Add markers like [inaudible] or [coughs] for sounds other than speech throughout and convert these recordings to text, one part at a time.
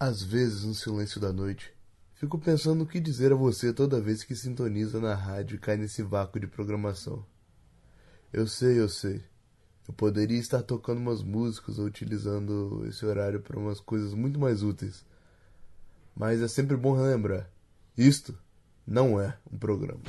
Às vezes, no silêncio da noite, fico pensando o que dizer a você toda vez que sintoniza na rádio e cai nesse vácuo de programação. Eu sei, eu sei. Eu poderia estar tocando umas músicas ou utilizando esse horário para umas coisas muito mais úteis. Mas é sempre bom relembrar: isto não é um programa.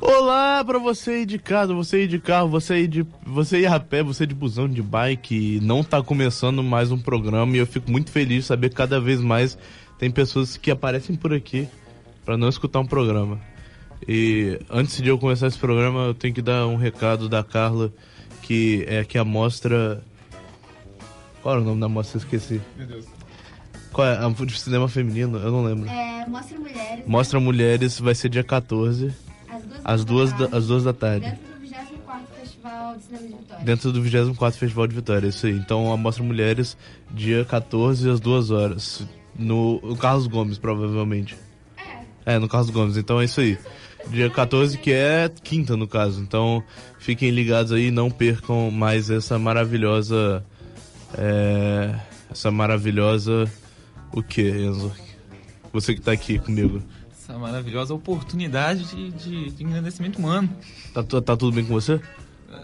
Olá pra você aí de casa, você aí de carro, você aí de você aí a pé, você de busão, de bike. Não tá começando mais um programa e eu fico muito feliz de saber que cada vez mais tem pessoas que aparecem por aqui pra não escutar um programa. E antes de eu começar esse programa, eu tenho que dar um recado da Carla, que é que a mostra Qual era o nome da mostra? Eu Esqueci. Meu Deus. Qual é? A de cinema feminino? Eu não lembro. É, mostra mulheres. Mostra Mulheres vai ser dia 14, às As duas, duas da, às duas da tarde. Dentro do 24 Festival de Cinema de Vitória. Dentro do 24 Festival de Vitória, isso aí. Então, a Mostra Mulheres, dia 14 às 2 horas. No no Carlos Gomes, provavelmente. É, no Carlos Gomes. Então é isso aí. Dia 14, que é quinta, no caso. Então, fiquem ligados aí, não percam mais essa maravilhosa. É, essa maravilhosa. O que, Enzo? Você que tá aqui comigo. Essa maravilhosa oportunidade de, de, de engrandecimento humano. Tá, tu- tá tudo bem com você?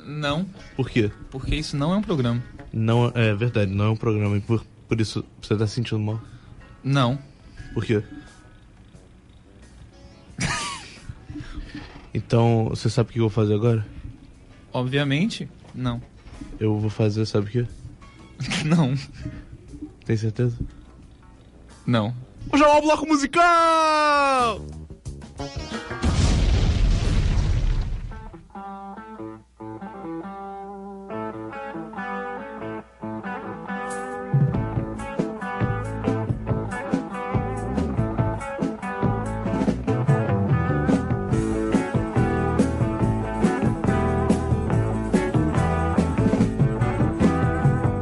Não, Por quê? porque isso não é um programa. Não, é verdade, não é um programa. e Por, por isso, você tá se sentindo mal? Não. Por quê? então, você sabe o que eu vou fazer agora? Obviamente, não. [laughs] Eu vou fazer, sabe o quê? Não. Tem certeza? Não. Vou chamar o bloco musical!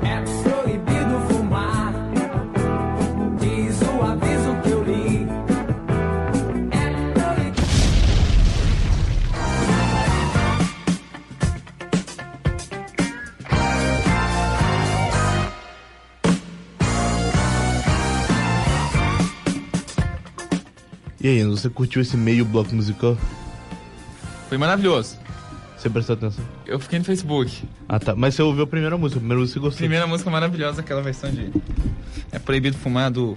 É proibido fumar, diz o aviso que eu li. É proibido. E aí, Enzo, você curtiu esse meio bloco musical? Foi maravilhoso. Você prestou atenção? Eu fiquei no Facebook. Ah, tá. Mas você ouviu a primeira música, a primeira música você gostou. Primeira música maravilhosa, aquela versão de. É proibido fumar do.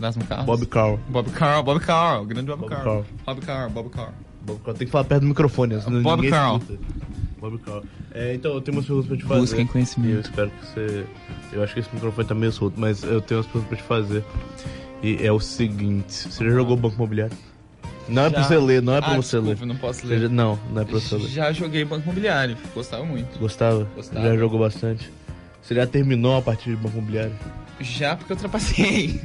Erasmo Carlos? Bob Carl. Bob Carl, Bob Carl, grande Bob, Bob Carl. Carl. Bob Carl, Bob Carl. Bob Carl. Tem que falar perto do microfone, senão Bob ninguém Carl. escuta. Bob Carl. É, então, eu tenho umas perguntas pra te fazer. Busquem conhecimento. E Eu espero que você... Eu acho que esse microfone tá meio solto, mas eu tenho umas perguntas pra te fazer. E é o seguinte, você já jogou Banco Imobiliário? Não é pra Já. você ler, não é pra ah, você desculpa, ler. não posso Você já- ler. Não, não é pra você ler. Já joguei Banco Imobiliário, gostava muito. Gostava? Gostava. Já jogou bastante? Você já terminou a partida de Banco Imobiliário? Já porque eu trapacei.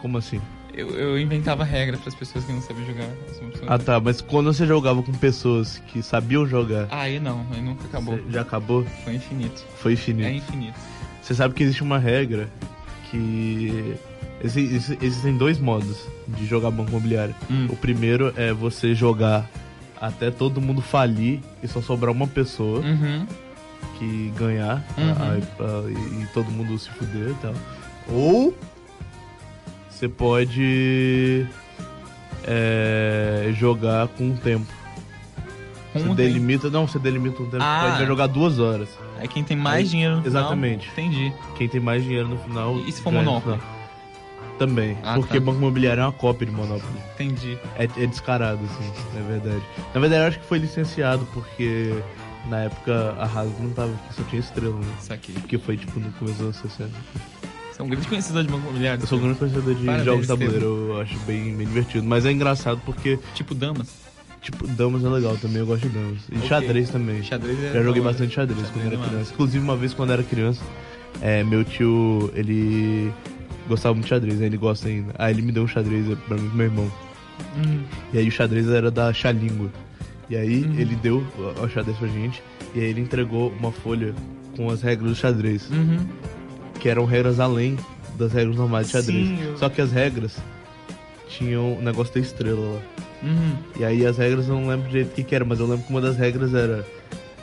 Como assim? Eu, eu inventava regra para as pessoas que não sabem jogar. essa opção. Ah tá, mas quando você jogava com pessoas que sabiam jogar, Aí Ah, não, aí nunca acabou. você já acabou? Foi infinito. Foi infinito. É infinito. Você sabe que existe uma regra que. exi- exi- Existem dois modos de jogar banco imobiliário. Hum. O primeiro é você jogar até todo mundo falir e só sobrar uma pessoa Uhum. que ganhar Uhum. a- a- e, e todo mundo se fuder e tal. Ou você pode é, jogar com o tempo. Com você o tempo. delimita. Não, você delimita um tempo. Ah. Você vai jogar duas horas. Aí é quem tem mais Aí- dinheiro no final, exatamente. entendi. um Quem tem mais dinheiro no final. E se for ganha no Monopoly? final. Também. Ah, porque tá. Banco Imobiliário é uma cópia de Monopoly. Entendi. É, é descarado, assim, na verdade. Na verdade, eu acho que foi licenciado porque na época a Hasbro não tava aqui, só tinha estrela, né? Isso aqui. Que foi tipo no começo dos anos 60. Você é um grande conhecedor de banco imobiliário. Eu sou um grande conhecedor de Parabéns, jogos de tabuleiro, eu acho bem, bem divertido. Mas é engraçado porque, Tipo damas. tipo, damas é legal também, eu gosto de damas. E Ok. xadrez também. Xadrez é Já joguei da hora. bastante xadrez, Xadrez quando é era massa. criança. Inclusive, uma vez quando era criança, é, meu tio, ele gostava muito de xadrez, né? ele gosta ainda. Aí ele me deu um xadrez é, pra mim e pro meu irmão. Hum. E aí o xadrez era da Xalíngua. E aí Uhum. ele deu o- o xadrez pra gente, e aí ele entregou uma folha com as regras do xadrez. Uhum. que eram regras além das regras normais de xadrez. Sim, eu- Só que as regras tinham um negócio da estrela lá. Uhum. E aí as regras eu não lembro direito o que, que era, mas eu lembro que uma das regras era.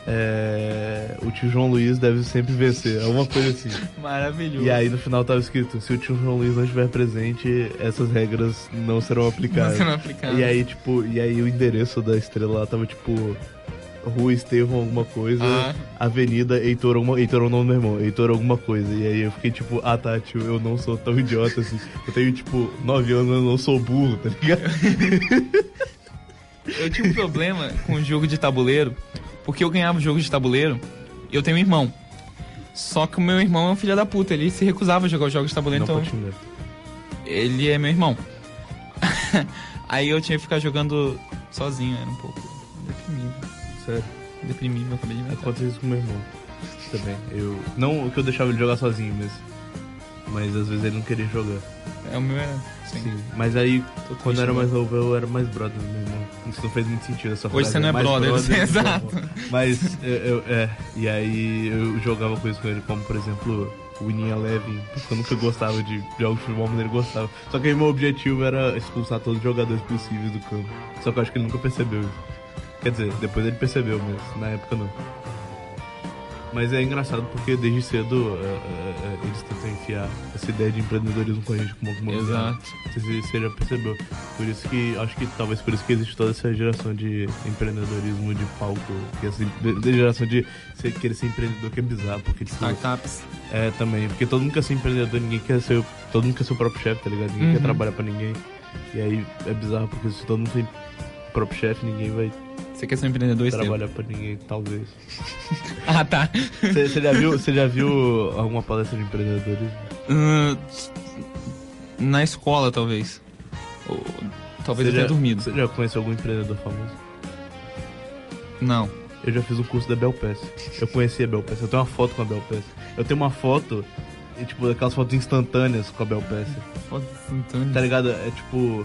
é, o tio João Luiz deve sempre vencer, alguma coisa assim. Maravilhoso. E aí no final tava escrito, se o tio João Luiz não estiver presente, essas regras não serão Não aplicadas. sendo aplicado. E aí, tipo, e aí o endereço da estrela lá tava tipo Rua Estevão alguma coisa, Ah. Avenida Heitor alguma, Heitor é o nome do meu irmão, Heitor alguma coisa. E aí eu fiquei tipo, ah tá, tio, eu não sou tão idiota assim. Eu tenho tipo 9 anos, eu não sou burro, tá ligado? Eu tinha um problema com o jogo de tabuleiro, porque eu ganhava o jogo de tabuleiro e eu tenho um irmão. Só que o meu irmão é um filho da puta, ele se recusava a jogar os jogos de tabuleiro, Não então continua. ele é meu irmão. [laughs] Aí eu tinha que ficar jogando sozinho, era um pouco deprimível. Sério. Deprimível, eu acabei de inventar. Acontece né? isso com meu irmão também. Eu. Não que eu deixava ele jogar sozinho, mas. Mas às vezes ele não queria jogar. É o meu era assim. Sim. Mas aí, Tô quando eu era mais triste, né? novo, eu era mais brother do meu irmão. Isso não fez muito sentido essa Hoje frase, você não é mais brother, [laughs] do que exato. meu irmão. Mas eu, eu- é. E aí eu jogava coisas com ele, como por exemplo. Winning Eleven, porque eu nunca gostava de jogos de futebol, mas ele gostava. Só que aí meu objetivo era expulsar todos os jogadores possíveis do campo. Só que eu acho que ele nunca percebeu isso. Quer dizer, depois ele percebeu, mas na época não. Mas é engraçado porque desde cedo é, é, é, eles tentam enfiar essa ideia de empreendedorismo com a gente como alguma coisa. Exato. Não sei se você já percebeu. Por isso que, acho que talvez por isso que existe toda essa geração de empreendedorismo de palco. Que essa de- de geração de ser, querer ser empreendedor que é bizarro. Porque, tipo, Startups. é, também. Porque todo mundo quer ser empreendedor, ninguém quer ser. Todo mundo quer ser o próprio chefe, tá ligado? Ninguém Uhum. quer trabalhar pra ninguém. E aí é bizarro porque se todo mundo tem próprio chefe, ninguém vai Você quer ser um empreendedor esteiro? trabalhar pra ninguém, talvez. Ah, tá. Você você já viu, você já viu alguma palestra de empreendedorismo? Ahn, Hum, na escola, talvez. Ou, talvez Você eu tenha já- dormido. Você já conhece algum empreendedor famoso? Não. Eu já fiz um curso da Belpass. Eu conheci a Belpass. Eu tenho uma foto com a Belpass. Eu tenho uma foto, e, tipo, aquelas fotos instantâneas com a Belpass. Foda-se, Antônio. Tá ligado? É tipo.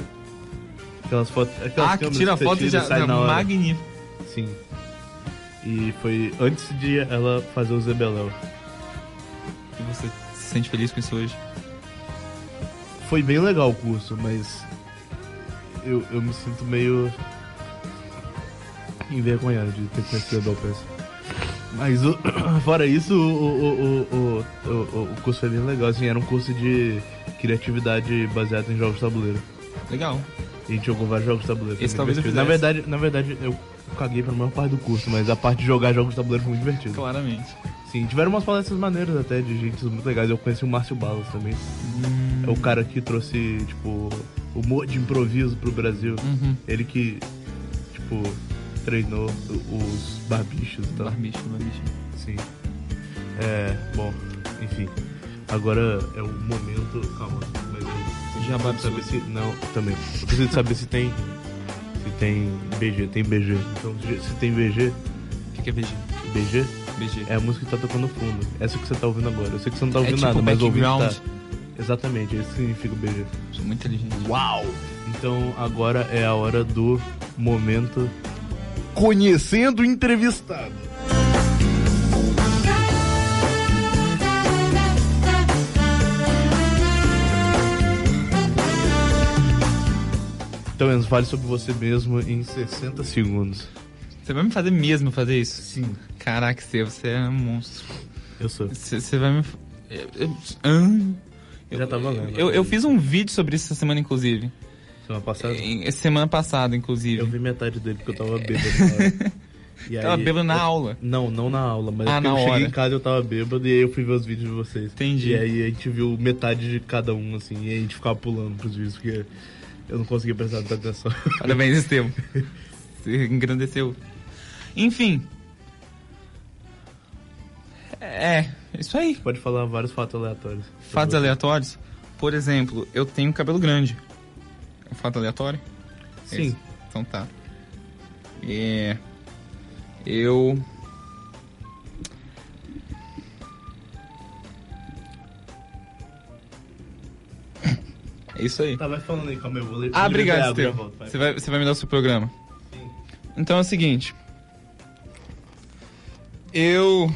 Aquelas fotos. Aquelas Ah, que câmeras tira a você foto e já. é sai na hora. Magnífico. Sim. E foi antes de ela fazer o Zebeléu. E você se sente feliz com isso hoje? Foi bem legal o curso, mas. Eu, eu me sinto meio. envergonhado de ter conhecido a Belpass. Mas o- [coughs] fora isso, o, o, o, o, o- o- o curso foi bem legal, assim, era um curso de criatividade baseado em jogos de tabuleiro. Legal. E a gente jogou vários jogos de tabuleiro. foi Esse muito talvez eu divertido. na fizesse. verdade, na verdade, eu caguei pra maior parte do curso, mas a parte de jogar jogos de tabuleiro foi muito divertida. Claramente. Sim, tiveram umas palestras maneiras até de gente muito legais. Eu conheci o Márcio Balas também. Hum, É o cara que trouxe, tipo, humor de improviso pro Brasil. Uhum. Ele que, tipo, treinou o- os barbichos e tal. Barbicho, barbicho. Sim. É, bom, enfim. Agora é o momento. Calma, mas eu. Já preciso saber se. Não, também. Eu preciso saber se tem. Se tem BG, tem BG. Então, se tem BG, O que que é BG? BG BG. é a música que tá tocando no fundo. Essa que você tá ouvindo agora. Eu sei que você não tá ouvindo tipo nada, mas ouvindo background. tá. Exatamente, é isso significa BG. Sou muito inteligente. Uau! Então agora é a hora do momento conhecendo o entrevistado. Então, Enzo, fale sobre você mesmo em 60 segundos. Você vai me fazer mesmo fazer isso? Sim. Caraca, você, você é um monstro. Eu sou. Você, você vai me. fa- Eu, eu, Hã? eu, Já tava eu, vendo. eu, eu fiz um vídeo sobre isso essa semana, inclusive. Semana passada? Em- em- Semana passada, Eu inclusive. vi metade dele porque eu tava bêbado. na hora. [laughs] E Tava aí- bêbado na aula. Não, não na aula, mas é Ah, porque eu na cheguei hora. em casa eu tava bêbado e aí eu fui ver os vídeos de vocês. Entendi. E aí a gente viu metade de cada um, assim, e aí a gente ficava pulando pros vídeos, porque eu não conseguia prestar muita atenção. [laughs] Parabéns, Estevam. Você engrandeceu. Enfim. É, é isso aí. Pode falar vários fatos aleatórios. Tá Fatos aleatórios. Por exemplo, eu tenho cabelo grande. É um fato aleatório? Sim. Esse. Então tá. É. Eu. É isso aí. Tá, vai falando aí, calma, eu vou ler. Ah, vou beber obrigado, água, já Estevam. volto, vai. Você vai, você vai me dar o seu programa. Então é o seguinte. Eu.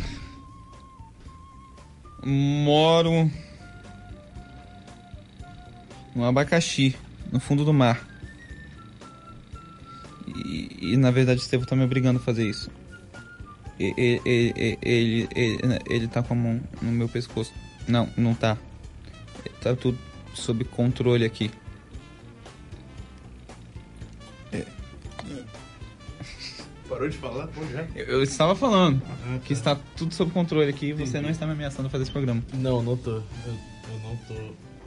Moro no abacaxi, no fundo do mar. E, e, na verdade o Estevão tá me obrigando a fazer isso. E- e- e- e- Ele, ele, ele, tá com a mão no meu pescoço. Não, não tá. Tá tudo sob controle aqui. Parou de falar? Pô, já. Eu, eu estava falando Ah, tá. que está tudo sob controle aqui e você não está me ameaçando a fazer esse programa. Não, não tô. Eu, eu não tô.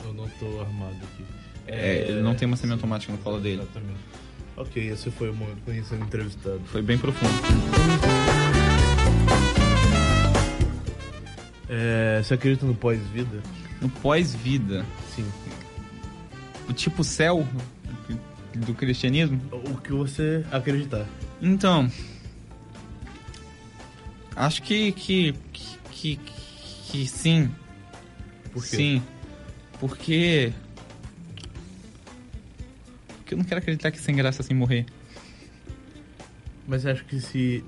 Eu não tô armado aqui. É, É, ele não tem uma semiautomática no colo dele. Exatamente. Ok, esse foi o momento conhecendo o entrevistado. Foi bem profundo. É, você acredita no pós-vida? No pós-vida, Sim. o tipo céu do cristianismo, O que você acreditar. Então. Acho que. que. que. que, que sim. Por quê? Sim. Porque. Porque eu não quero acreditar que sem graça assim morrer. Mas você acha que se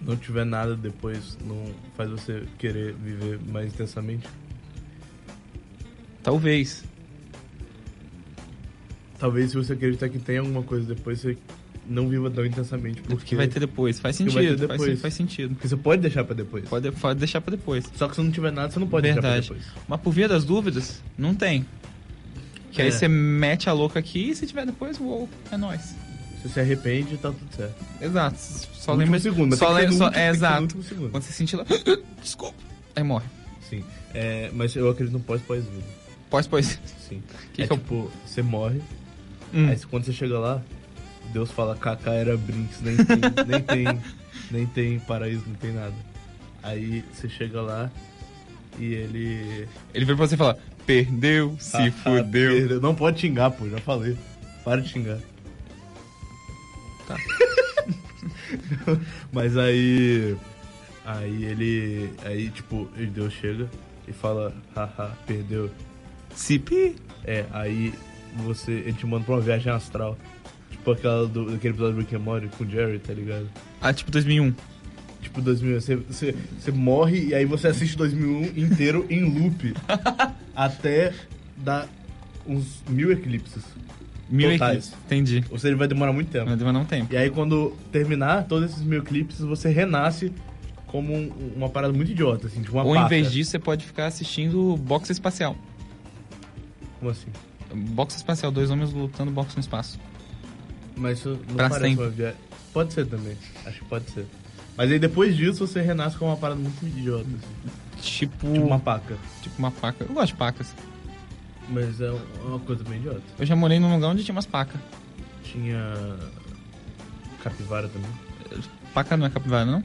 não tiver nada depois, não faz você querer viver mais intensamente? Talvez. Talvez se você acreditar que tem alguma coisa depois, você não viva tão intensamente. Porque, Porque, É vai ter depois. Faz Porque sentido. vai ter Faz, depois. sen- faz sentido. Porque você pode deixar pra depois. Pode, pode deixar pra depois. Só que se não tiver nada, você não pode Verdade. deixar pra depois. Mas por via das dúvidas, não tem. Que É. aí você mete a louca aqui e se tiver depois, uou, é nóis. Se você se arrepende, tá tudo certo. Exato. Só No lembra. último segundo, mas só tem que lembra. ser no só- último- é tem que ser no exato. último segundo. Quando você sentir lá. [gasps] Desculpa. Aí morre. Sim. É, mas eu acredito no pós-pós-vida. Pós, pós. Sim. Que é que eu- tipo, você morre, Hum. aí quando você chega lá, Deus fala, Kaká era Brinks, nem [laughs] tem, nem tem, nem tem paraíso, não tem nada. Aí você chega lá e ele. Ele vira pra você e fala: Perdeu, Ah, se fudeu. Ele- Não pode xingar, pô, já falei. Para de xingar. Tá. [laughs] Mas aí. Aí ele. Aí, tipo, Deus chega e fala, haha, perdeu. Se pi. É, aí você, ele te manda pra uma viagem astral. Tipo aquela do, daquele episódio do Rick and Morty com o Jerry, tá ligado? Ah, tipo 2001. Tipo 2001, você, você, você morre e aí você assiste 2001 inteiro em loop. até dar uns mil eclipses. Mil Totais. equipes. Entendi. Ou seja, vai demorar muito tempo. Mas demora um tempo. E aí quando terminar todos esses mil eclipses, você renasce como um- uma parada muito idiota, assim, tipo uma Ou em pata. vez disso, você pode ficar assistindo boxe espacial. Como assim? Boxe espacial, dois homens lutando boxe no espaço. Mas isso não Pra parece sempre. uma viagem. Pode ser também. Acho que pode ser. Mas aí depois disso você renasce com uma parada muito idiota. Assim. Tipo. Tipo uma paca. tipo uma paca. Eu gosto de pacas. Mas é uma coisa bem idiota. Eu já morei num lugar onde tinha umas pacas. Tinha. Capivara também? Paca não é capivara, não?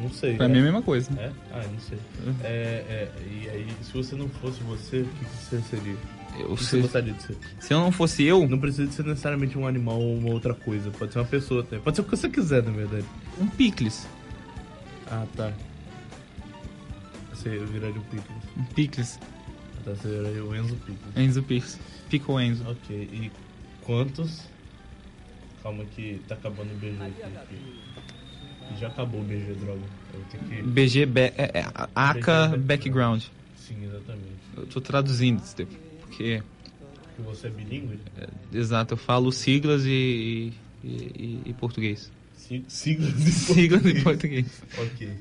Não sei. Pra é. mim é a mesma coisa. É? Ah, eu não sei. É, é, e aí, se você não fosse você, o que que você seria? O Eu, que se, você gostaria de ser? se eu não fosse eu, Não precisa de ser necessariamente um animal ou uma outra coisa. Pode ser uma pessoa até. Pode ser o que você quiser, na verdade. um picles. Ah, tá. Você viraria um Pickles. Um picles. Ah, tá. Você viraria o Enzo Pickles. Enzo Picles. Pico Enzo. Ok, e quantos? Calma que tá acabando o BG aqui. porque Já acabou o BG, droga. Eu tenho que. BG, be- é, é, ACA BG Background. Sim, exatamente. Eu tô traduzindo, Steve, porque, Porque você é bilíngue? exato, eu falo siglas e, e, e- e português. [laughs] Si- Siglas [laughs] e Siglas e português. português. Ok.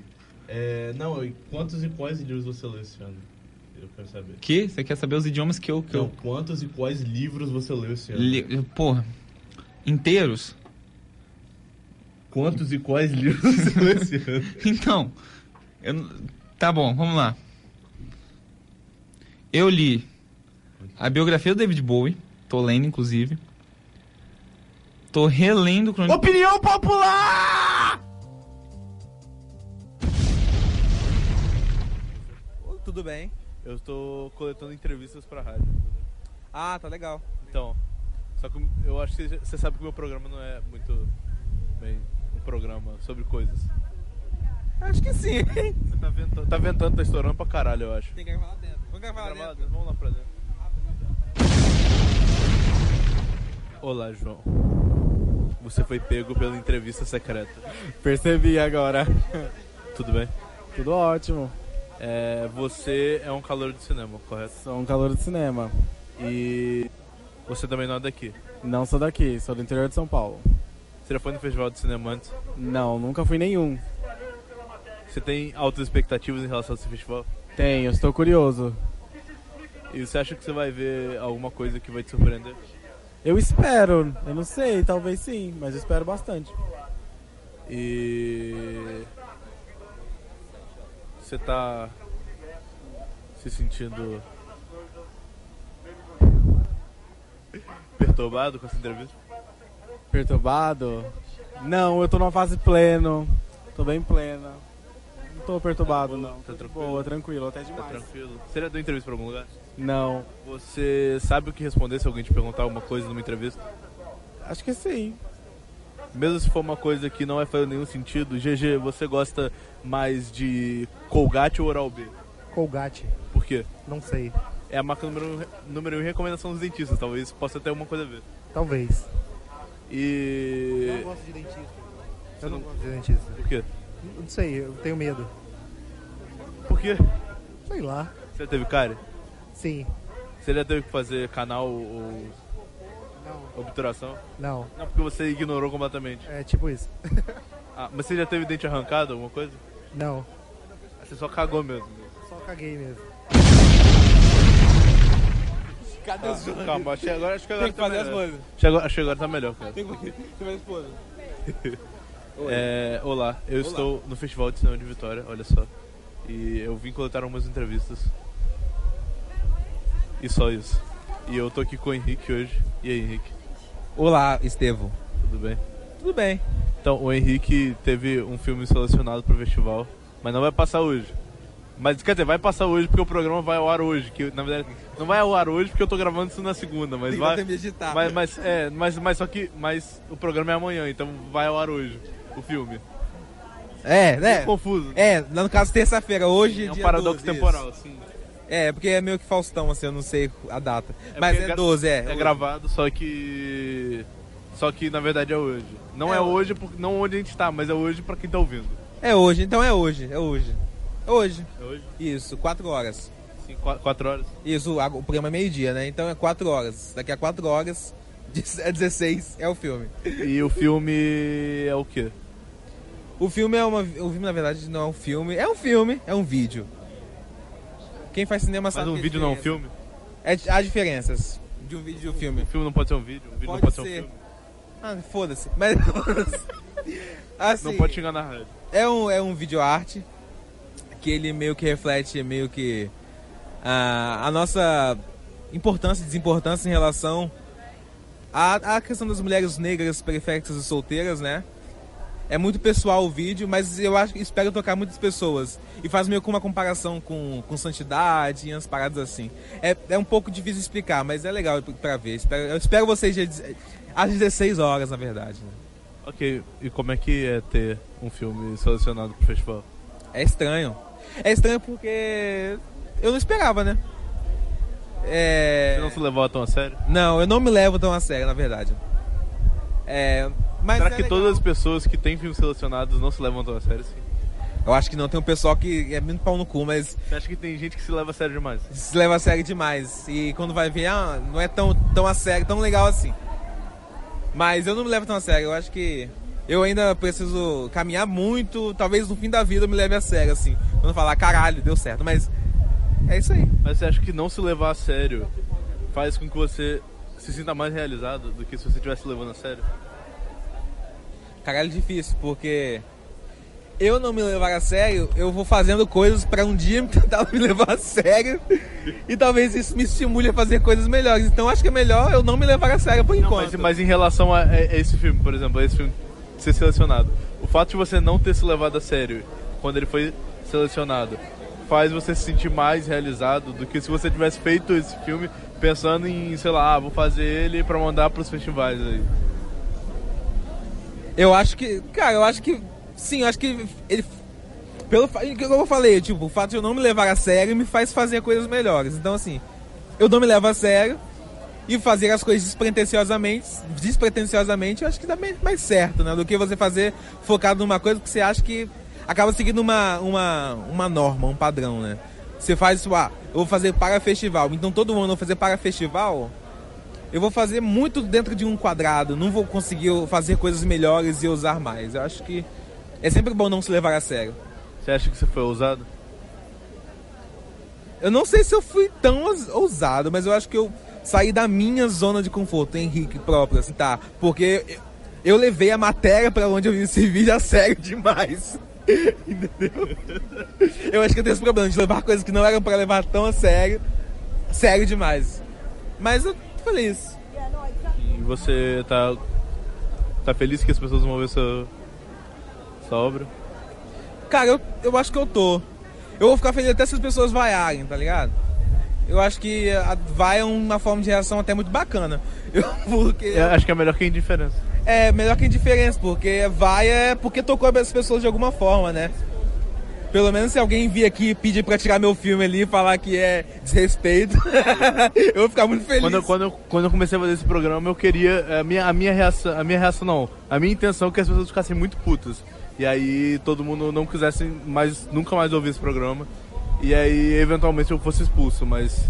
É, não, e quantos e quais livros você seleciona? Eu quero saber. Que? Você quer saber os idiomas que eu... Que Então, eu quantos e quais livros você leu esse ano? li- porra. Inteiros? Quantos e quais livros [laughs] você leu esse ano? [laughs] Então, eu não- tá bom, vamos lá. Eu li a biografia do David Bowie, tô lendo, inclusive. Tô relendo... Crônica- Opinião popular! Tudo bem. Eu estou coletando entrevistas pra rádio. Ah, tá legal. Então, só que eu acho que você sabe que meu programa não é muito bem um programa sobre coisas. Acho que sim. Você tá ventando, tá ventando, tá estourando pra caralho, eu acho. [laughs] Tem que gravar lá dentro. Vamos gravar lá Tá Grava lá dentro. dentro, Vamos lá pra dentro. Olá, João. Você foi pego pela entrevista secreta. Percebi agora. Tudo bem? Tudo ótimo. É, você é um calor de cinema, correto? Sou um calor de cinema. E você também não é daqui. Não sou daqui, sou do interior de São Paulo. Você já foi no festival de cinema antes? Não, nunca fui nenhum. Você tem altas expectativas em relação a esse festival? Tenho, estou curioso. E você acha que você vai ver alguma coisa que vai te surpreender? Eu espero, eu não sei, talvez sim, mas eu espero bastante. E você tá se sentindo perturbado com essa entrevista? Perturbado? Não, eu tô numa fase pleno. Tô bem plena. Não tô perturbado, não. Tá tranquilo? Boa, tranquilo, até Tá demais. tranquilo? Você já deu entrevista pra algum lugar? Não, Você sabe o que responder se alguém te perguntar alguma coisa numa entrevista? acho que sim. Mesmo se for uma coisa que não vai fazer nenhum sentido, GG, você gosta mais de Colgate ou Oral-B? Colgate, Por quê? não sei. É a marca número um, número um em recomendação dos dentistas, talvez possa ter alguma coisa a ver. Talvez. Eu E. não gosto de dentista. Você Eu não não- gosto de dentista. Por quê? Não sei, eu tenho medo. Por quê? Sei lá. Você já teve cárie? Sim. Você já teve que fazer canal ou Não. obturação? Não. Não, porque você ignorou completamente. É tipo isso. Ah, mas você já teve dente arrancado, alguma coisa? Não. Você só cagou mesmo. Só caguei mesmo. Cadê os Ah, calma, achei agora, acho que agora Tem que fazer tá as melhor. coisas. Chegou, acho que agora tá melhor, cara. Tem que fazer tem que fazer as coisas. [laughs] É, olá, eu estou no Festival de Cinema de Vitória, olha só. E eu vim coletar algumas entrevistas. E só isso. E eu tô aqui com o Henrique hoje. E aí, Henrique, Olá, Estevão. tudo bem? Tudo bem? Então, o Henrique teve um filme selecionado pro festival, mas não vai passar hoje. Mas, quer dizer, vai passar hoje porque o programa vai ao ar hoje. Que, na verdade, não vai ao ar hoje porque eu tô gravando isso na segunda, mas Tem que vai. dar tempo de editar. Ah. Mas, mas, é, mas, mas só que mas o programa é amanhã, então vai ao ar hoje o filme. É, né? Confuso. É, no caso, terça-feira, hoje É um dia paradoxo 12, isso. temporal, assim. sim. É, porque é meio que Faustão, assim, eu não sei a data. É Mas porque é gra- 12, é. É gravado, só que. Só que na verdade é hoje. Não é, É hoje, porque não onde a gente tá, mas é hoje pra quem tá ouvindo. É hoje, então é hoje, é hoje. É Hoje. É hoje? Isso, 4 horas. Sim, qua- quatro horas. Isso, a- o programa é meio-dia, né? Então é 4 horas. Daqui a 4 horas, [laughs] de- é 16, é o filme. E o filme é o quê? O filme é uma. O filme, na verdade, não é um filme. É um filme, é um vídeo. Quem faz cinema Mas sabe. um a vídeo não é um diferença. filme? É, di- há diferenças de um vídeo e de um filme. O filme não pode ser um vídeo, o vídeo não Pode pode ser um ser. filme. Ah, foda-se. Mas. [laughs] assim, Não pode chegar na rádio. é um, é um vídeo arte que ele meio que reflete meio que a, a nossa importância e desimportância em relação à, à questão das mulheres negras, periféricas e solteiras, né? É muito pessoal o vídeo, mas eu acho espero tocar muitas pessoas. E faz meio com uma comparação com, com santidade e umas paradas assim. É, é um pouco difícil explicar, mas é legal pra ver. Espero- eu espero vocês dia deze- às 16 horas, na verdade. né? Ok, e como é que é ter um filme selecionado pro festival? É estranho. É estranho porque eu não esperava, né? É... Você não se levou tão a sério? Não, eu não me levo tão a sério, na verdade. É... Mas Será é que legal. todas as pessoas que têm filmes selecionados não se levam tão a sério, assim? sim? Eu acho que não, tem um pessoal que é muito pau no cu, mas Você acha que tem gente que se leva a sério demais? se leva a sério demais. E quando vai ver, ah, não é tão, tão a sério, tão legal assim. Mas eu não me levo tão a sério, eu acho que... Eu ainda preciso caminhar muito, talvez no fim da vida eu me leve a sério, assim. Quando eu falar, caralho, deu certo, mas... É isso aí. Mas você acha que não se levar a sério faz com que você se sinta mais realizado do que se você estivesse levando a sério? Caralho, difícil, porque eu não me levar a sério, eu vou fazendo coisas pra um dia me [laughs] tentar me levar a sério e talvez isso me estimule a fazer coisas melhores. Então acho que é melhor eu não me levar a sério por Não, enquanto. mas, mas em relação a, a- a esse filme, por exemplo, a esse filme ser selecionado, o fato de você não ter se levado a sério quando ele foi selecionado faz você se sentir mais realizado do que se você tivesse feito esse filme pensando em, sei lá, ah, vou fazer ele pra mandar pros festivais aí. Eu acho que, cara, eu acho que sim, eu acho que ele pelo fa- que eu falei, tipo, o fato de eu não me levar a sério me faz fazer coisas melhores. Então assim, eu não me levo a sério e fazer as coisas despretensiosamente, despretensiosamente, eu acho que dá bem mais certo, né? Do que você fazer focado numa coisa que você acha que acaba seguindo uma, uma, uma norma, um padrão, né? Você faz isso, ah, eu vou fazer para festival. Então todo ano eu vou fazer para festival. Eu vou fazer muito dentro de um quadrado. Não vou conseguir fazer coisas melhores e usar mais. Eu acho que é sempre bom não se levar a sério. Você acha que você foi ousado? Eu não sei se eu fui tão ous- ousado, mas eu acho que eu saí da minha zona de conforto, Henrique próprio, assim, tá? Porque eu, eu levei a matéria pra onde eu vi esse vídeo a sério demais. [laughs] Entendeu? Eu acho que eu tenho esse problema de levar coisas que não eram pra levar tão a sério. Sério demais. Mas eu falei isso. E você tá. tá feliz que as pessoas vão ver sua, sua obra? Cara, eu, eu acho que eu tô. Eu vou ficar feliz até se as pessoas vaiarem, tá ligado? Eu acho que a, vai é uma forma de reação até muito bacana. [laughs] Eu, porque... Eu acho que é melhor que a indiferença. É, melhor que indiferença, porque vai é porque tocou as pessoas de alguma forma, né? Pelo menos se alguém vir aqui e pedir pra tirar meu filme ali e falar que é desrespeito, [laughs] eu vou ficar muito feliz. Quando, eu- quando, eu- quando eu comecei a fazer esse programa, eu queria. A minha, a minha reação. A minha reação não. A minha intenção é que as pessoas ficassem muito putas. E aí todo mundo não quisesse mais, nunca mais ouvir esse programa. E aí, eventualmente, eu fosse expulso, mas.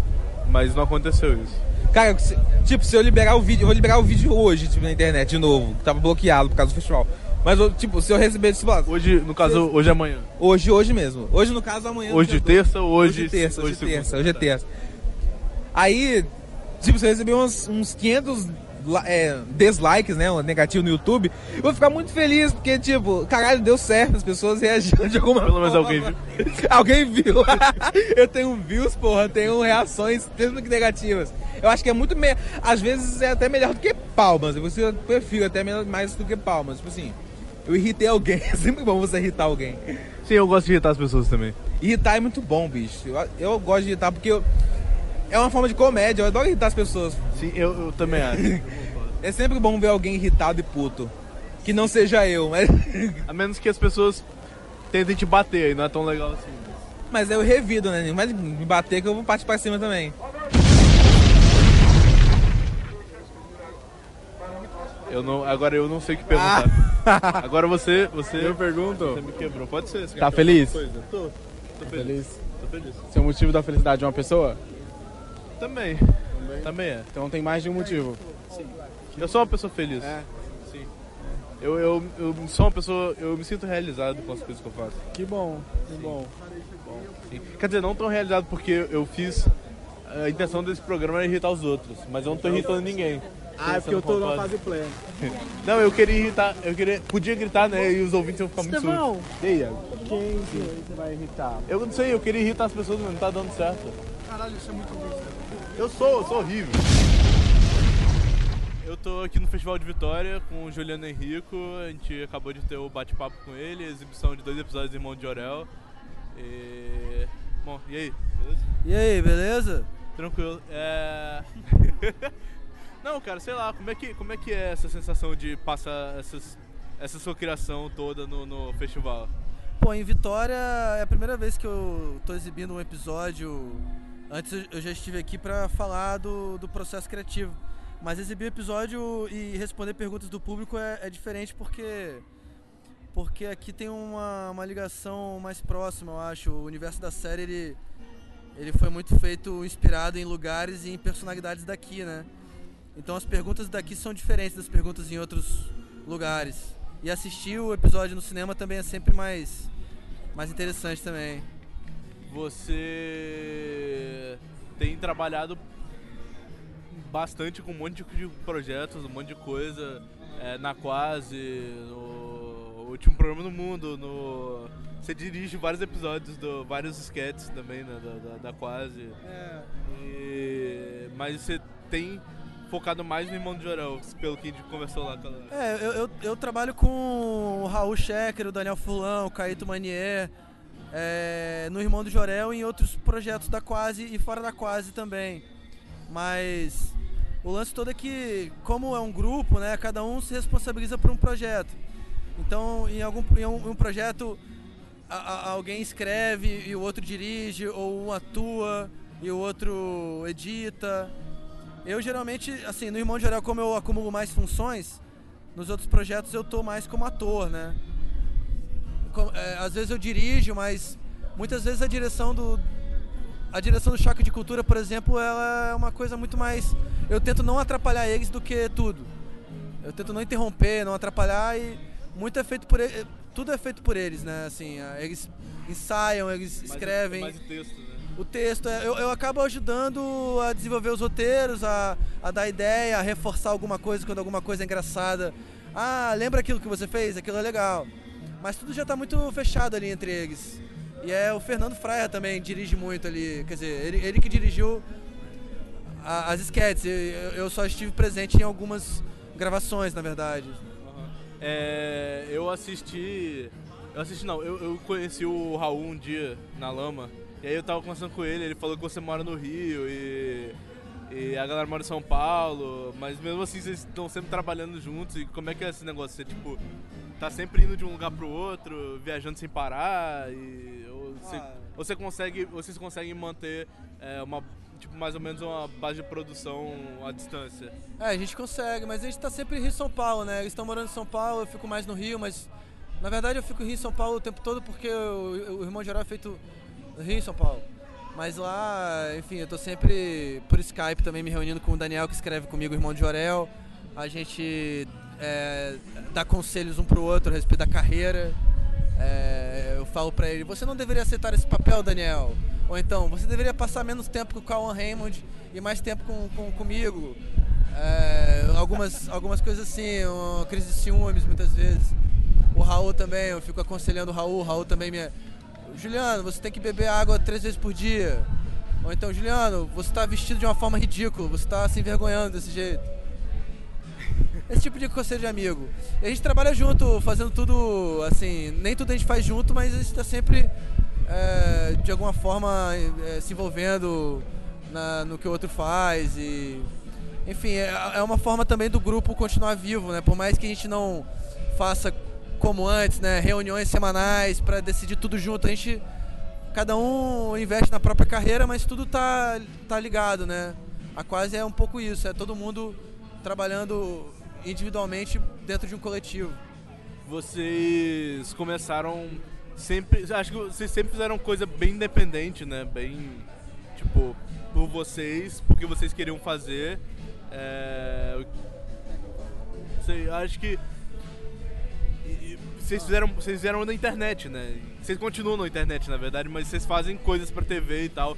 Mas não aconteceu isso. Cara, se- tipo, se eu liberar o vídeo, eu vou liberar o vídeo hoje, tipo, na internet de novo, que tava bloqueado por causa do festival. Mas, eu, tipo, se eu receber, tipo, lá, Hoje, no caso, hoje é amanhã. hoje, hoje mesmo. Hoje, no caso, amanhã. Hoje de dia terça ou hoje. Hoje é terça, hoje, é segunda? terça, hoje é terça. Aí, tipo, se eu receber uns, uns 500 la- é, dislikes, né, um negativo no YouTube, eu vou ficar muito feliz, porque, tipo, caralho, deu certo, as pessoas reagiram de alguma Pelo menos forma. alguém viu. [laughs] alguém viu. [laughs] eu tenho views, porra, tenho reações, mesmo que negativas. Eu acho que é muito, me... às vezes, é até melhor do que palmas, eu prefiro até melhor- mais do que palmas, tipo assim... Eu irritei alguém, [laughs] é sempre bom você irritar alguém. Sim, eu gosto de irritar as pessoas também. Irritar é muito bom, bicho. Eu, eu gosto de irritar porque eu- é uma forma de comédia. Eu adoro irritar as pessoas. Sim, eu, eu também acho. É sempre bom ver alguém irritado e puto. Que não seja eu, mas, [laughs] A menos que as pessoas tentem te bater, aí não é tão legal assim. mas eu revido, né? Mas me bater que eu vou partir pra cima também. Eu não, agora eu não sei o que perguntar. Ah. Agora você, você, Eu pergunto, você me quebrou. Pode ser. você Tá quer feliz? Tá perguntar alguma coisa? Tô, tô feliz. feliz? Tô feliz. Seu motivo da felicidade de uma pessoa? Também. Também é. Então tem mais de um motivo. Eu sou uma pessoa feliz. É. Sim. Eu, eu, eu sou uma pessoa, eu me sinto realizado com as coisas que eu faço. Que bom, que bom. Sim. Quer dizer, não tão realizado porque eu fiz. eh, A intenção desse programa era irritar os outros, mas eu não tô irritando ninguém. Então, Ah, é porque eu tô numa fase plena. Não, eu queria irritar, eu queria, podia gritar, né? E os ouvintes iam ficar muito surdos. Estevão, E aí, Iago? Quem que vai irritar? Eu não sei, eu queria irritar as pessoas, mas não tá dando certo. Caralho, isso é muito ruim. Eu sou, eu sou horrível. Eu tô aqui no Festival de Vitória com o Juliano Henrico. A gente acabou de ter o bate-papo com ele, a exibição de dois episódios de Irmão de Orel. E. Bom, e aí? Beleza? E aí, beleza? Tranquilo. É. [laughs] Não, cara, sei lá, como é que, como é, que é essa sensação de passar essas, essa sua criação toda no, no festival? Pô, em Vitória é a primeira vez que eu tô exibindo um episódio. Antes eu- eu já estive aqui pra falar do, do processo criativo. Mas exibir episódio e responder perguntas do público é, é diferente porque. Porque aqui tem uma, uma ligação mais próxima, eu acho. O universo da série ele, ele foi muito feito inspirado em lugares e em personalidades daqui, né? Então as perguntas daqui são diferentes das perguntas em outros lugares. E assistir o episódio no cinema também é sempre mais, mais interessante também. Você tem trabalhado bastante com um monte de projetos, um monte de coisa é, na quase, no último programa do mundo, no você dirige vários episódios do vários sketches também né, da, da, da quase. E- mas você tem focado mais no irmão de Jorel, pelo que a gente conversou lá. com a- É, eu, eu, eu trabalho com o Raul Schecker, o Daniel Fulão, o Caíto Manier, é, no Irmão do Jorel e em outros projetos da Quase e fora da Quase também. Mas o lance todo é que, como é um grupo, né, cada um se responsabiliza por um projeto. Então, em algum em um, em um projeto, a- a- alguém escreve e o outro dirige, ou um atua e o outro edita. Eu geralmente, assim, no Irmão de Orel, como eu acumulo mais funções, nos outros projetos eu tô mais como ator, né? co- é, às vezes eu dirijo, mas muitas vezes a direção do a direção do choque de cultura, por exemplo, ela é uma coisa muito mais eu tento não atrapalhar eles do que tudo. Eu tento não interromper, não atrapalhar e muito é feito por ele, tudo é feito por eles, né? Assim, a- eles ensaiam, eles escrevem. mais o texto, né? O texto, é, eu, eu acabo ajudando a desenvolver os roteiros, a, a dar ideia, a reforçar alguma coisa quando alguma coisa é engraçada. Ah, lembra aquilo que você fez? Aquilo é legal. Mas tudo já tá muito fechado ali entre eles. E é o Fernando Fraia também dirige muito ali, quer dizer, ele, ele que dirigiu a- as sketches. Eu, eu só estive presente em algumas gravações, na verdade. É, eu assisti. Eu assisti não, eu, eu conheci o Raul um dia na lama. E aí eu tava conversando com ele, ele falou que você mora no Rio e. E a galera mora em São Paulo, mas mesmo assim vocês estão sempre trabalhando juntos. E como é que é esse negócio? Você tipo. Tá sempre indo de um lugar pro outro, viajando sem parar e. Ou você, ou você consegue. Vocês conseguem manter é, uma. Tipo, mais ou menos uma base de produção à distância. É, a gente consegue, mas a gente tá sempre em Rio e São Paulo, né? Eles estão morando em São Paulo, eu fico mais no Rio, mas na verdade eu fico em Rio e São Paulo o tempo todo porque o, o Irmão Geral é feito no Rio e São Paulo. Mas lá, enfim, eu tô sempre por Skype também me reunindo com o Daniel que escreve comigo, o Irmão de Jorel. A gente é, dá conselhos um pro outro a respeito da carreira. É, eu falo pra ele, você não deveria aceitar esse papel, Daniel. Ou então, você deveria passar menos tempo com o Cauan Raymond e mais tempo com, com- comigo. É, algumas, algumas coisas assim, uma crise de ciúmes muitas vezes. O Raul também, eu fico aconselhando o Raul, o Raul também me. Juliano, você tem que beber água três vezes por dia. Ou então, Juliano, você tá vestido de uma forma ridícula, você tá se envergonhando desse jeito. Esse tipo de conselho de amigo. E a gente trabalha junto, fazendo tudo, assim, nem tudo a gente faz junto, mas a gente tá sempre, é, de alguma forma, é, se envolvendo na- no que o outro faz e... Enfim, é, é uma forma também do grupo continuar vivo, né? Por mais que a gente não faça como antes, né? Reuniões semanais para decidir tudo junto, a gente... Cada um investe na própria carreira, mas tudo tá, tá ligado, né? A quase é um pouco isso, é todo mundo trabalhando individualmente dentro de um coletivo. vocês começaram sempre. Acho que vocês sempre fizeram coisa bem independente, né? Bem. Tipo, por vocês, porque vocês queriam fazer. É, eu- sei, acho que. e- e Vocês fizeram, vocês fizeram na internet, né? Vocês continuam na internet, na verdade, mas vocês fazem coisas pra TV e tal.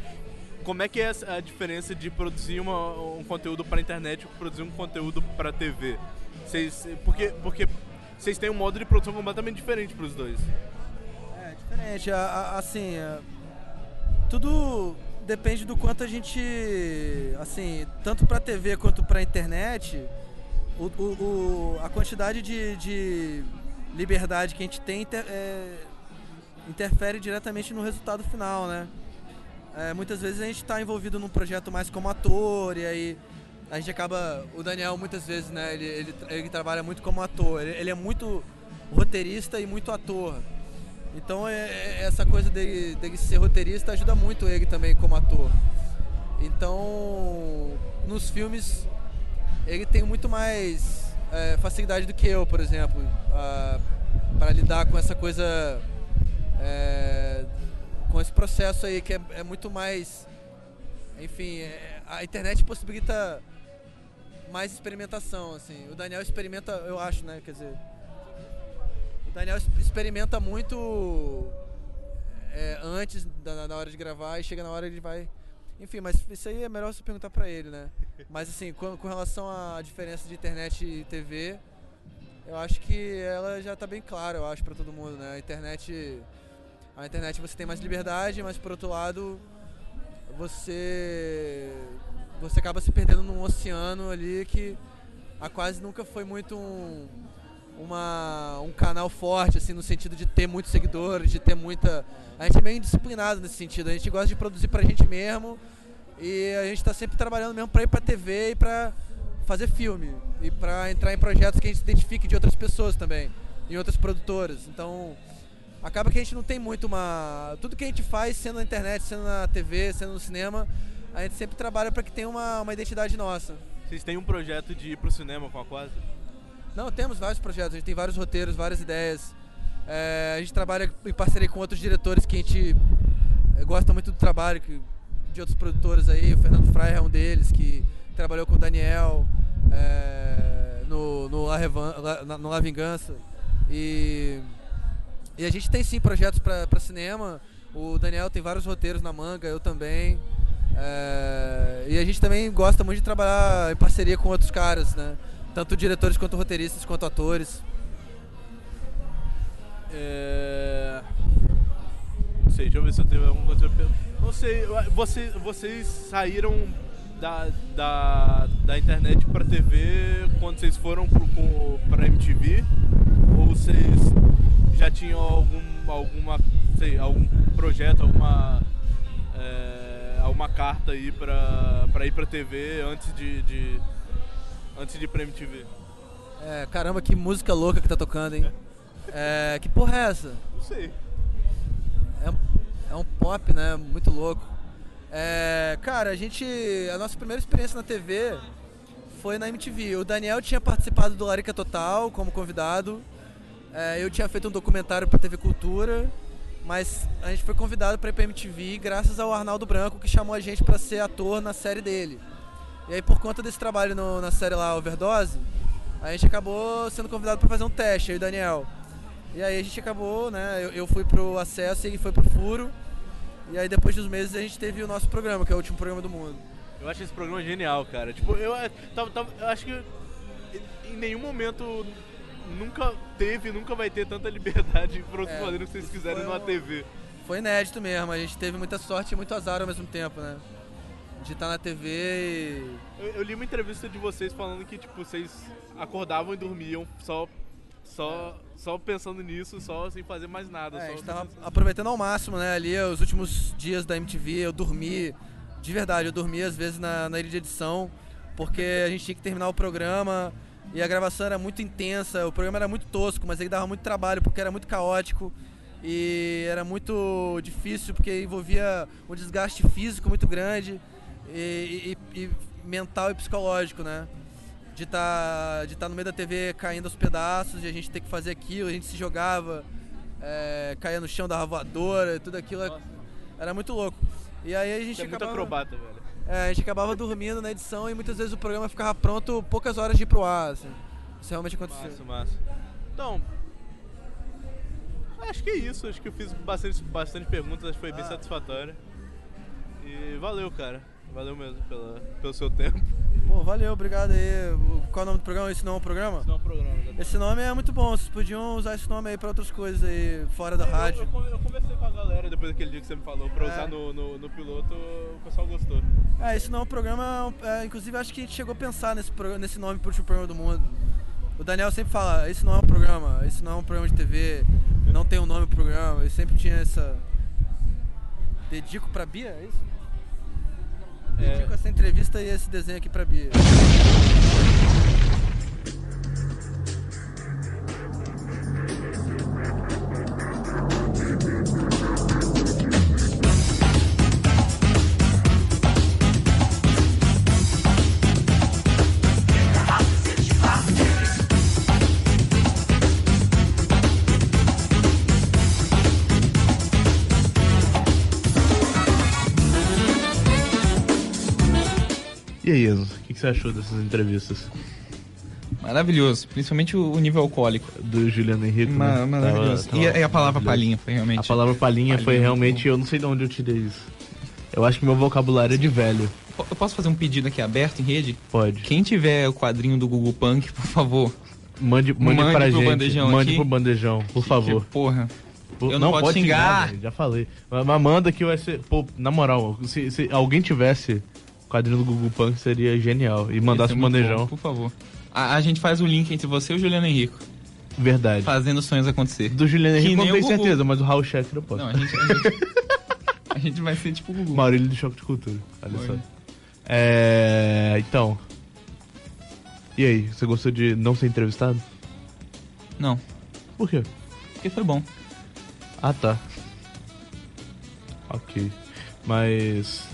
Como é que é essa- a diferença de produzir uma- um conteúdo pra internet e produzir um conteúdo pra TV? Vocês, porque, porque vocês têm um modo de produção completamente diferente pros dois. É diferente, a- a- assim, é, tudo depende do quanto a gente, assim, tanto pra TV quanto pra internet, o, o- o- a quantidade de, de liberdade que a gente tem inter- é, interfere diretamente no resultado final, né? É, muitas vezes a gente está envolvido num projeto mais como ator e aí a gente acaba o Daniel muitas vezes né ele, ele, tra- ele trabalha muito como ator ele, ele é muito roteirista e muito ator então é- é- essa coisa dele, dele ser roteirista ajuda muito ele também como ator então nos filmes ele tem muito mais é, facilidade do que eu por exemplo para lidar com essa coisa é, com esse processo aí que é, é muito mais enfim é- a internet possibilita mais experimentação assim o Daniel experimenta eu acho né quer dizer o Daniel ex- experimenta muito é, antes da, na hora de gravar e chega na hora ele vai enfim mas isso aí é melhor você perguntar pra ele né mas assim com, com relação à diferença de internet e TV eu acho que ela já tá bem clara eu acho pra todo mundo né a internet a internet você tem mais liberdade, mas por outro lado você você acaba se perdendo num oceano ali que a quase nunca foi muito um uma, um canal forte assim no sentido de ter muitos seguidores, de ter muita a gente é meio indisciplinado nesse sentido. A gente gosta de produzir pra gente mesmo e a gente tá sempre trabalhando mesmo pra ir pra TV e pra fazer filme e pra entrar em projetos que a gente se identifique de outras pessoas também, em outras produtoras. Então, acaba que a gente não tem muito uma. Tudo que a gente faz, sendo na internet, sendo na TV, sendo no cinema, a gente sempre trabalha para que tenha uma, uma identidade nossa. Vocês têm um projeto de ir pro cinema com a Quase? Não, temos vários projetos, a gente tem vários roteiros, várias ideias. É, a gente trabalha em parceria com outros diretores que a gente é, gosta muito do trabalho, que- de outros produtores aí. O Fernando Fryer é um deles, que trabalhou com o Daniel é, no, no, La Revan- La- na- no La Vingança. E, e a gente tem sim projetos para cinema. O Daniel tem vários roteiros na manga, eu também. É, e a gente também gosta muito de trabalhar em parceria com outros caras, né? Tanto diretores quanto roteiristas, quanto atores. É... Não sei, deixa eu ver se eu tenho alguma coisa pra perguntar. Não sei, eu- você, vocês saíram da, da, da internet pra TV quando vocês foram pro, com- pra MTV? Ou vocês já tinham algum, alguma, sei, algum projeto, alguma, é, alguma carta aí pra, pra ir pra TV antes de, de, antes de ir pra MTV? É, caramba, que música louca que tá tocando, hein? É, que porra é essa? Não sei. É, é um pop, né? Muito louco. É, cara, a gente. A nossa primeira experiência na TV foi na MTV. O Daniel tinha participado do Larica Total como convidado. É, eu tinha feito um documentário pra TV Cultura. Mas a gente foi convidado pra ir pra MTV graças ao Arnaldo Branco, que chamou a gente pra ser ator na série dele. E aí, por conta desse trabalho no- na série lá, Overdose, a gente acabou sendo convidado pra fazer um teste, eu e o Daniel. E aí a gente acabou, né? Eu, eu fui pro acesso e ele foi pro furo. E aí depois dos meses a gente teve o nosso programa, que é o último programa do mundo. Eu acho esse programa genial, cara. Tipo, eu, é, tal- tal- eu acho que em nenhum momento nunca teve, nunca vai ter tanta liberdade pra vocês É, fazerem o que vocês isso quiserem foi numa um- TV. Foi inédito mesmo, a gente teve muita sorte e muito azar ao mesmo tempo, né? De estar na TV e. Eu, eu li uma entrevista de vocês falando que, tipo, vocês acordavam e dormiam só. Só, só pensando nisso, só sem fazer mais nada. É, só a gente tava aproveitando ao máximo, né? Ali, os últimos dias da MTV, eu dormi, de verdade, eu dormi às vezes na, na ilha de edição, porque a gente tinha que terminar o programa e a gravação era muito intensa, o programa era muito tosco, mas ele dava muito trabalho porque era muito caótico e era muito difícil porque envolvia um desgaste físico muito grande e, e- e mental e psicológico, né? De estar de tá no meio da TV caindo aos pedaços e a gente ter que fazer aquilo, a gente se jogava é, caía no chão da voadora, e tudo aquilo. é, Era muito louco. E aí a gente Você é muito acabava- acrobata, velho. É, a gente acabava dormindo na edição e muitas vezes o programa ficava pronto poucas horas de ir pro ar, assim. Isso realmente aconteceu. Massa, massa. Então, acho que é isso. Acho que eu fiz bastante, bastante perguntas, acho que foi bem satisfatório. E valeu, cara. Valeu mesmo pela, pelo seu tempo. Pô, valeu, obrigado aí. O- Qual é o nome do programa? Esse não é um programa? Esse não é um programa, Esse nome é muito bom, vocês podiam usar esse nome aí pra outras coisas aí, fora da Eu- rádio. Eu, con- eu conversei com a galera depois daquele dia que você me falou pra É. usar no, no, no piloto, o pessoal gostou. É, esse não é um programa. é, inclusive, acho que a gente chegou a pensar nesse, pro- nesse nome pro último programa do mundo. O Daniel sempre fala: esse não é um programa, esse não é um programa de TV, não tem um nome pro programa. Ele sempre tinha essa. Dedico pra Bia, é isso? Dedico essa entrevista e esse desenho aqui pra Bia. E aí, Enzo, o que, que você achou dessas entrevistas? Maravilhoso, principalmente o o nível alcoólico. Do Juliano Henrique. Ma- né? maravilhoso. Tava- tava E a- e a palavra maravilhoso. palhinha foi realmente- A palavra palhinha foi Palhinha, é realmente. Eu não sei de onde eu tirei isso. Eu acho que meu vocabulário é de velho. Po- Eu posso fazer um pedido aqui aberto em rede? Pode. Quem tiver o quadrinho do Google Punk, por favor. Mande, Mande, pra pro gente. bandejão mande aqui. pro bandejão, por favor. porra. Pô, Eu não posso xingar. velho, já falei. Mas, mas manda que vai ser. Pô, na moral, se, se alguém tivesse o quadrinho do Google Punk seria genial. E mandasse Ia ser pro é muito bandejão. bom, por favor. A, a gente faz o link entre você e o Juliano Henrico. Verdade. Fazendo sonhos acontecer. Do Juliano Henrique não nem o tenho Gugu. certeza, mas o Raul Check eu posso. Não, é a gente, a, gente, a gente vai ser tipo o Gugu. Maurílio do Choque de Cultura. Olha só. Olha. É. Então. E aí, você gostou de não ser entrevistado? Não. Por quê? Porque foi bom. Ah, tá. Ok. Mas.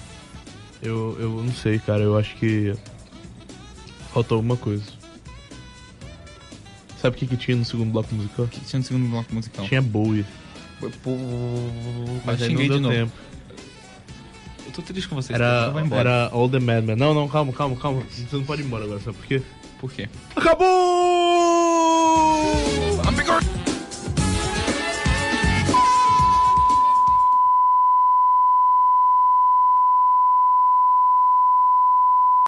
Eu, eu não sei, cara. Eu acho que. Faltou alguma coisa. Sabe o que, que tinha no segundo bloco musical? O que tinha no segundo bloco musical? Tinha Bowie. Mas Mas aí xinguei não de deu novo. tempo. Eu tô triste com vocês. Era, eu vou embora. era All the Madman. Não, não, calma, calma, calma. Você não pode ir embora agora, sabe por quê? Por quê? Acabou! I'm bigger.